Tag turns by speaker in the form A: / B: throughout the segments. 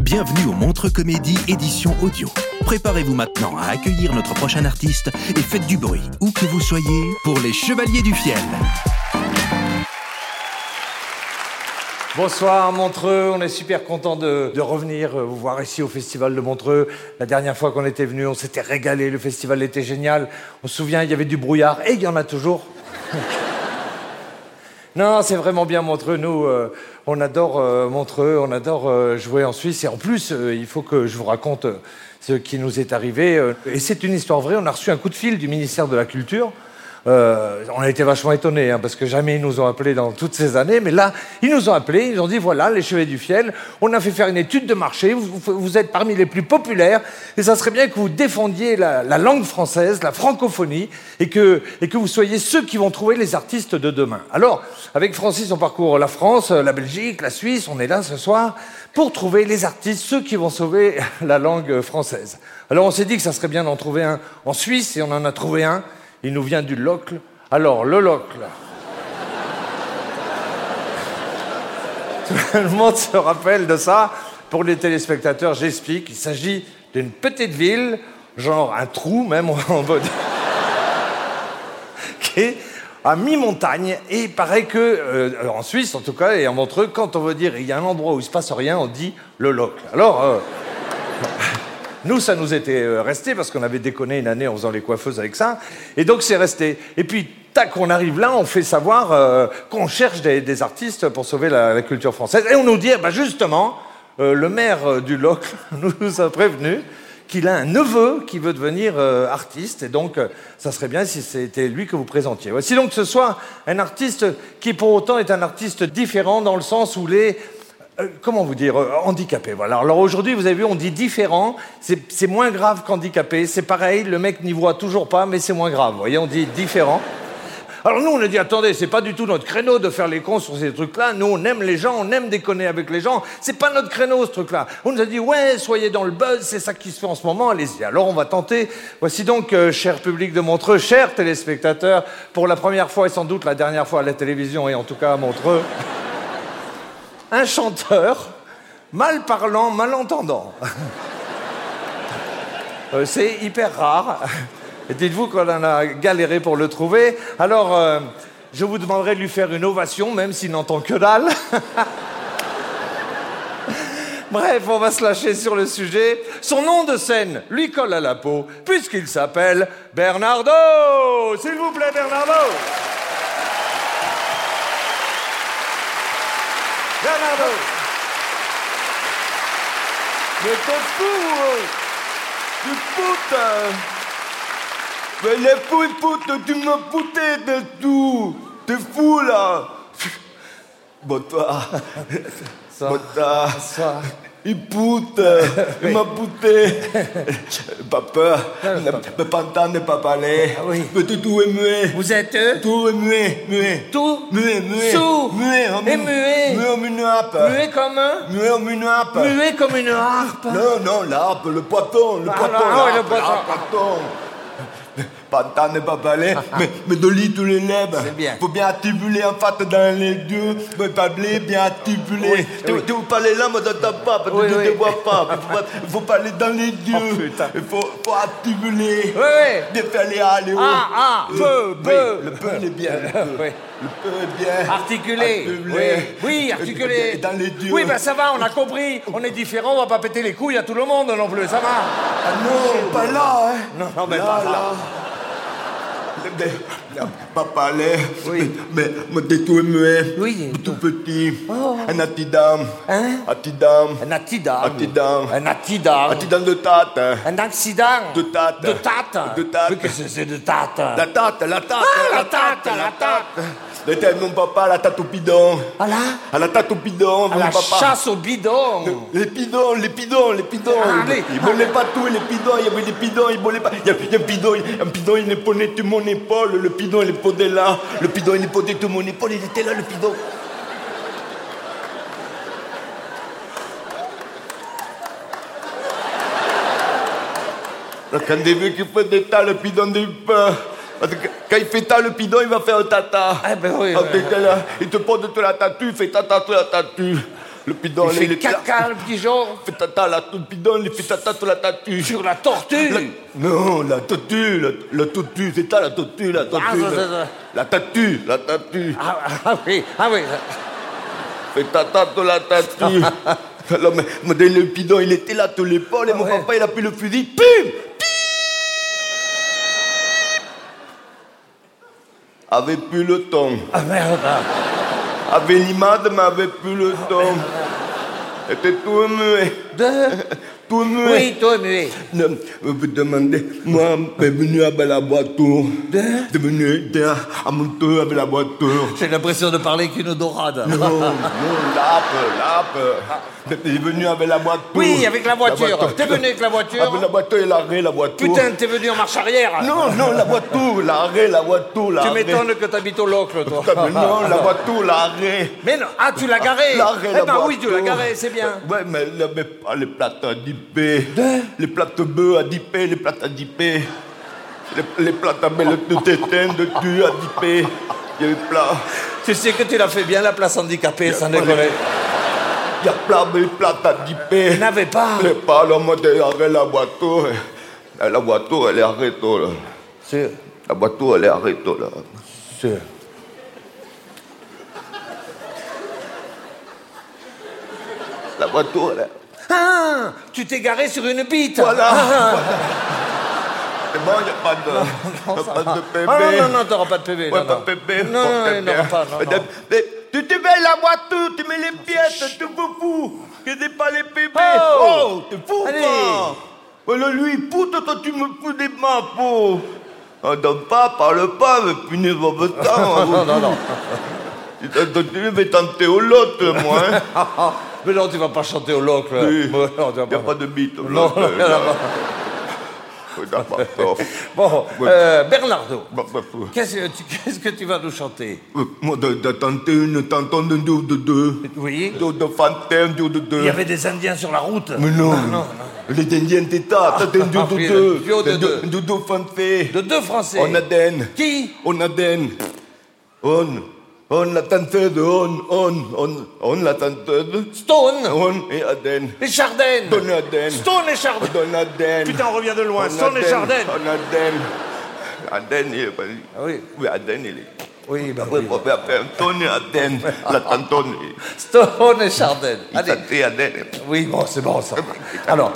A: Bienvenue au Montre Comédie édition audio. Préparez-vous maintenant à accueillir notre prochain artiste et faites du bruit, où que vous soyez, pour les Chevaliers du Fiel.
B: Bonsoir Montreux, on est super content de, de revenir euh, vous voir ici au Festival de Montreux. La dernière fois qu'on était venu, on s'était régalé, le festival était génial. On se souvient, il y avait du brouillard et il y en a toujours. non, c'est vraiment bien Montreux, nous euh, on adore euh, Montreux, on adore euh, jouer en Suisse et en plus euh, il faut que je vous raconte euh, ce qui nous est arrivé. euh. et c'est une histoire vraie, on a reçu un coup de fil du ministère de la Culture. Euh, on a été vachement étonnés, hein, parce que jamais ils nous ont appelés dans toutes ces années, mais là, ils nous ont appelés, ils ont dit, voilà, les chevets du fiel, on a fait faire une étude de marché, vous, vous êtes parmi les plus populaires, et ça serait bien que vous défendiez la, la langue française, la francophonie, et que, et que vous soyez ceux qui vont trouver les artistes de demain. Alors, avec Francis, on parcourt la France, la Belgique, la Suisse, on est là ce soir, pour trouver les artistes, ceux qui vont sauver la langue française. Alors, on s'est dit que ça serait bien d'en trouver un en Suisse, et on en a trouvé un. Il nous vient du Locle. Alors, le Locle. Tout le monde se rappelle de ça. Pour les téléspectateurs, j'explique. Il s'agit d'une petite ville, genre un trou même en mode. qui est à mi-montagne. Et il paraît que, euh, alors en Suisse en tout cas, et en Montreux, quand on veut dire il y a un endroit où il se passe rien, on dit le Locle. Alors. euh, nous, ça nous était euh, resté parce qu'on avait déconné une année en faisant les coiffeuses avec ça. Et donc, c'est resté. Et puis, tac, on arrive là, on fait savoir euh, qu'on cherche des, des artistes pour sauver la, la culture française. Et on nous dit, eh ben, justement, euh, le maire euh, du Locle nous a prévenu qu'il a un neveu qui veut devenir euh, artiste. Et donc, euh, ça serait bien si c'était lui que vous présentiez. Voici donc ce soir un artiste qui, pour autant, est un artiste différent dans le sens où les euh, comment vous dire euh, handicapé voilà alors aujourd'hui vous avez vu on dit différent c'est c'est moins grave qu'handicapé c'est pareil le mec n'y voit toujours pas mais c'est moins grave vous voyez on dit différent alors nous on a dit attendez c'est pas du tout notre créneau de faire les cons sur ces trucs là nous on aime les gens on aime déconner avec les gens c'est pas notre créneau ce truc là on nous a dit ouais soyez dans le buzz c'est ça qui se fait en ce moment allez-y alors on va tenter voici donc euh, cher public de Montreux chers téléspectateurs pour la première fois et sans doute la dernière fois à la télévision et en tout cas à Montreux un chanteur mal parlant, malentendant. Euh, C'est hyper rare. Et dites-vous qu'on en a galéré pour le trouver. Alors, euh, je vous demanderai de lui faire une ovation, même s'il n'entend que dalle. Bref, on va se lâcher sur le sujet. Son nom de scène lui colle à la peau, puisqu'il s'appelle Bernardo. S'il vous plaît, Bernardo. Bernardo. Mais t'es
C: hein.
B: fou Tu poutes Mais les poutes, poutes, tu me poutais de tout T'es fou, là
C: Bonsoir.
B: Ça,
C: Bonsoir.
B: ça.
C: Il poute. hein. Il m'a pouté. Pas peur. Ne peut pas entendre, ne pas parler.
B: Ah, oui.
C: Mais tout, tout est muet.
B: Vous êtes euh,
C: Tout est muet, muet.
B: Tout
C: Muet, muet.
B: Sourd.
C: Muet. en
B: Et
C: mu-
B: muet.
C: Muet en une harpe.
B: muet comme un...
C: Muet en une harpe.
B: Muet comme une harpe
C: Non, non, l'harpe, le poiton, le
B: Ah,
C: poiton.
B: ah, ouais, le
C: l'harpe,
B: poiton.
C: l'harpe, poiton. Pantane, pas parler, mais, mais de lit tous les lèvres.
B: C'est bien.
C: Faut bien articuler en fait dans les deux, mais parler, bien articuler.
B: Oui,
C: tu,
B: oui.
C: tu veux parler là, mais dans ta pape,
B: Oui,
C: tu ne
B: oui. Oh,
C: te vois pas. Faut, pas- faut parler dans les deux.
B: putain.
C: Il faut, faut articuler.
B: Oui.
C: De faire les allées.
B: Ah, ah, peu, peu.
C: Le peu, il est bien. Le peu,
B: Oui.
C: Le peu est bien.
B: Articulé.
C: Articulé.
B: Oui, oui, articulé.
C: Et Dans les deux.
B: Oui, ben ça va, on a compris. On est différents, on va pas péter les couilles à tout le monde non plus, ça va.
C: Ah non, pas là, hein
B: Non, non, mais
C: là,
B: pas là.
C: Mais- mais- Pas parler, mais, mais t'es tout muet,
B: Oui. Oh. Hein?
C: tout petit, un attidam, attidam,
B: Un attidam.
C: Attidam.
B: Un attidam.
C: attidam de tâte, hein.
B: Un accident.
C: De tâte.
B: De tâte.
C: De tâte.
B: Mais qu'est-ce que c'est de tâte
C: la tâte, la tâte,
B: Ah, la tâte, la tâte.
C: La tâte, mon papa, la tâte au bidon,
B: Ah là
C: à la tâte au bidon,
B: À
C: mon
B: la
C: papa.
B: chasse au bidon.
C: Les bidons, les bidons, les bidons.
B: Ah, allez.
C: il volait pas tout, les bidons, il y avait des bidons, il volait pas. Il y a, il y a un bidon, il- un bidon, il est posé tout mon épaule, le bidon, il est posé là, le bidon, il est posé tout mon épaule, il était là, le bidon. Quand des vieux qui fait des tas, le bidon du pain. Parce que Quand il fait tas, le bidon, il va faire un tata.
B: Eh ben oui, ouais.
C: t'étais là, il te pose de toute la tatu, il fait tata, toute la tatu. Le bidon,
B: Il fait
C: était là.
B: caca le pigeon
C: Il fait tata la tout bidon, il fait tata sur la tortue.
B: sur la tortue.
C: La- Non, la tortue, la, la tortue, c'est ça la tortue, la tortue.
B: Ah, ça,
C: la-
B: ça, ça.
C: La tortue, la tortue.
B: Ah, ah oui, ah oui.
C: Fait tata sur la tortue. Alors, mais, mais dès le bidon, il était là, tout l'épaule, et mon
B: Ah ouais.
C: papa, il a pris le fusil, pim Avait plus le temps.
B: Ah merde.
C: Avait l'image, mais avait plus le temps. Était tout muet.
B: Deux.
C: Tout muet.
B: Oui, toi muet.
C: Ne- Vous vous demandez, moi, je suis venu à la voiture. Je suis venu aider à mon tour avec la voiture.
B: J'ai l'impression de parler qu'une dorade.
C: Non, non, l'app, l'app. Je suis venu avec la voiture.
B: Oui, avec la voiture. T'es venu avec la voiture.
C: Avec la voiture et l'arrêt, la voiture.
B: Putain, t'es venu en marche arrière.
C: Non, Ah, non, la voiture, l'arrêt, la voiture, l'arrêt.
B: Tu m'étonnes que t'habites au locle, toi.
C: Putain, mais Non, la voiture, l'arrêt.
B: Mais non, ah, tu l'as garé.
C: L'arrêt,
B: eh
C: la
B: ben oui, tu l'as
C: voiture.
B: garé, c'est bien.
C: Ouais, mais, là, mais pas les plates à 10 p les plates bœufs à 10 p les plates à 10 p les, les plates à belle de tétin, de tu à 10 p Il y a les plats,
B: Tu sais que tu l'as fait bien, la place handicapée, sans
C: pas
B: déconner.
C: il y a plat, mais les plates à 10 p
B: Il n'avait pas.
C: Les pas, là, moi, j'ai arrêté la voiture. Eh, La voiture, elle est arrêtée, là.
B: C'est...
C: La voiture, elle est arrêtée, là.
B: c'est-
C: La voiture, elle est...
B: Ah, tu t'es garé sur une bite.
C: Voilà,
B: Ah,
C: voilà. C'est bon, il n'y a pas de... il y a
B: ça
C: pas
B: va.
C: de pépé.
B: Ah, non, non, non, t'auras pas de PV.
C: Ouais,
B: non,
C: pas
B: non.
C: pépé.
B: Non,
C: pas
B: non,
C: pépé.
B: il n'aura pas. non, non.
C: Mais tu te mets la voiture, tu mets les pièces, tu vous fous. Que n'est pas les pépés.
B: Oh.
C: Oh, tu fous
B: Allez.
C: pas. Mais le lui, poutre, toi, tu me fous des mains, pauvre. On donne pas, parle pas, mais punir votre temps.
B: Non, non, non.
C: Tu je vais tenter au lot, moi. Hein.
B: Ah, ah. Mais non, tu vas pas chanter au locle.
C: Oui.
B: Bon, non, tu vas
C: Il n'y a
B: pas-
C: pas de bite au
B: Non,
C: lot.
B: non,
C: euh,
B: non,
C: là. Il n'y a pas de tort.
B: Bon,
C: Ouais.
B: euh, Bernardo,
C: Bah, bah, fou.
B: qu'est-ce que tu- qu'est-ce que tu vas nous chanter
C: Euh, Moi, de, de tenter une, tentons de deux, de deux.
B: Oui.
C: De, de fantôme, de, de deux.
B: Il y avait des Indiens sur la route.
C: Mais non, les Indiens d'État, t'as des
B: ah, oui,
C: doudous,
B: le duo de
C: des
B: deux.
C: dou- doudous fanfés.
B: De deux Français.
C: On Aden,
B: Qui
C: on Aden, on, on la tanteuse, on, on, on, on la tanteuse,
B: Stone
C: on et Aden,
B: et Chardenne.
C: Stone et Aden,
B: Stone et Chardenne.
C: on Aden.
B: Putain, on revient de loin.
C: On
B: Stone et
C: Aden,
B: Chardenne.
C: On Aden, Aden, il est pas.
B: Ah oui.
C: Oui, Aden, il est.
B: Oui, bah
C: Oui,
B: oui.
C: on va faire Stone et Aden, la tantone.
B: Stone et Chardenne.
C: Il
B: Allez.
C: tâtait Aden.
B: Oui, bon, c'est bon ça. Alors,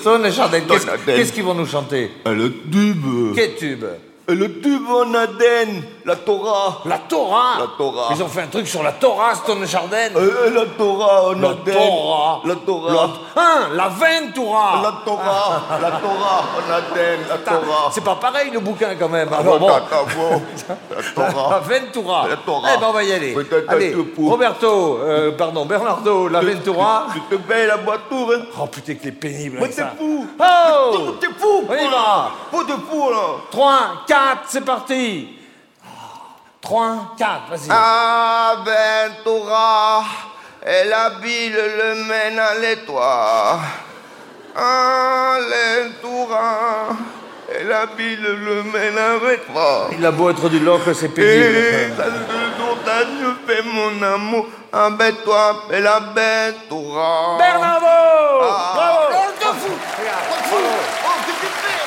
B: Stone et Chardenne, qu'est-ce qu'est-ce qu'ils vont nous chanter
C: Le tube.
B: Quel tube
C: Et Le tube en Aden, la Torah.
B: La Torah
C: La Torah.
B: Ils ont fait un truc sur la Torah, Stone et Chardenne.
C: Euh, euh, la Torah en
B: la
C: Aden.
B: Torah.
C: La Torah.
B: La- Hein, la veine Torah.
C: La Torah. La Torah en Aden, la
B: Putain,
C: Torah.
B: C'est pas pareil le bouquin quand même.
C: Ah,
B: Alors,
C: bon,
B: bon.
C: attends, bon. La
B: La
C: Torah.
B: Ventura.
C: La Torah.
B: Eh ben, on va y aller.
C: Peut-être un
B: Allez,
C: peu pour-
B: Roberto, euh, pardon, Bernardo, la Ventura.
C: Tu tu te mets la voiture. hein.
B: Oh putain, que t'es pénible.
C: Mais
B: avec
C: t'es
B: ça.
C: fou.
B: Oh
C: T'es fou.
B: On y
C: quoi.
B: va.
C: Fou de fou, là.
B: 3, 4, c'est parti. 3, 4, vas-y.
C: Ah ben Torah, et la Bible le mène à l'étoile. Ah, les Torah, Elle habille le ménage avec moi.
B: Il a beau être du loc, c'est
C: Et
B: pénible.
C: ça se tourne, je fais mon amour. Embête-toi, fais la bête, t'auras.
B: Bernardo
C: Ah.
B: Bravo
C: Oh, t'en fous T'en fous Oh, qu'est-ce que tu fais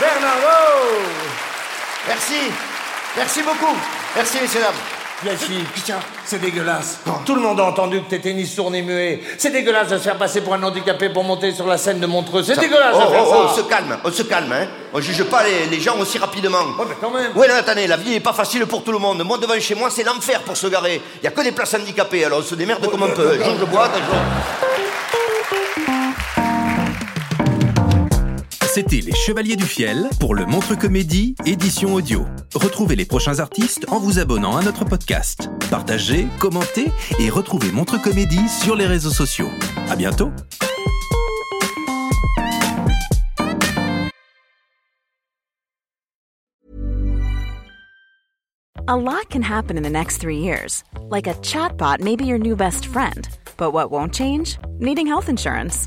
B: Bernardo
D: Merci. Merci beaucoup. Merci, messieurs, dames.
B: Yachi, c'est dégueulasse. Tout le monde a entendu que t'étais ni sourd ni muet. C'est dégueulasse de se faire passer pour un handicapé pour monter sur la scène de Montreux. C'est dégueulasse
C: oh,
B: de faire
C: oh,
B: ça.
C: oh, on se calme, on se calme, hein. On juge pas les, les gens aussi rapidement.
B: Oh, mais quand même.
C: Ouais, non, attendez, la vie n'est pas facile pour tout le monde. Moi, devant chez moi, c'est l'enfer pour se garer. Il y a que des places handicapées, alors on se
B: Oh,
C: démerde comme on peut. Un jour, je bois, un jour...
A: C'était Les Chevaliers du Fiel pour le Montre Comédie, édition audio. Retrouvez les prochains artistes en vous abonnant à notre podcast. Partagez, commentez et retrouvez Montre Comédie sur les réseaux sociaux. À bientôt!
E: A lot can happen in the next three years. Like a chatbot may be your new best friend. But what won't change? Needing health insurance.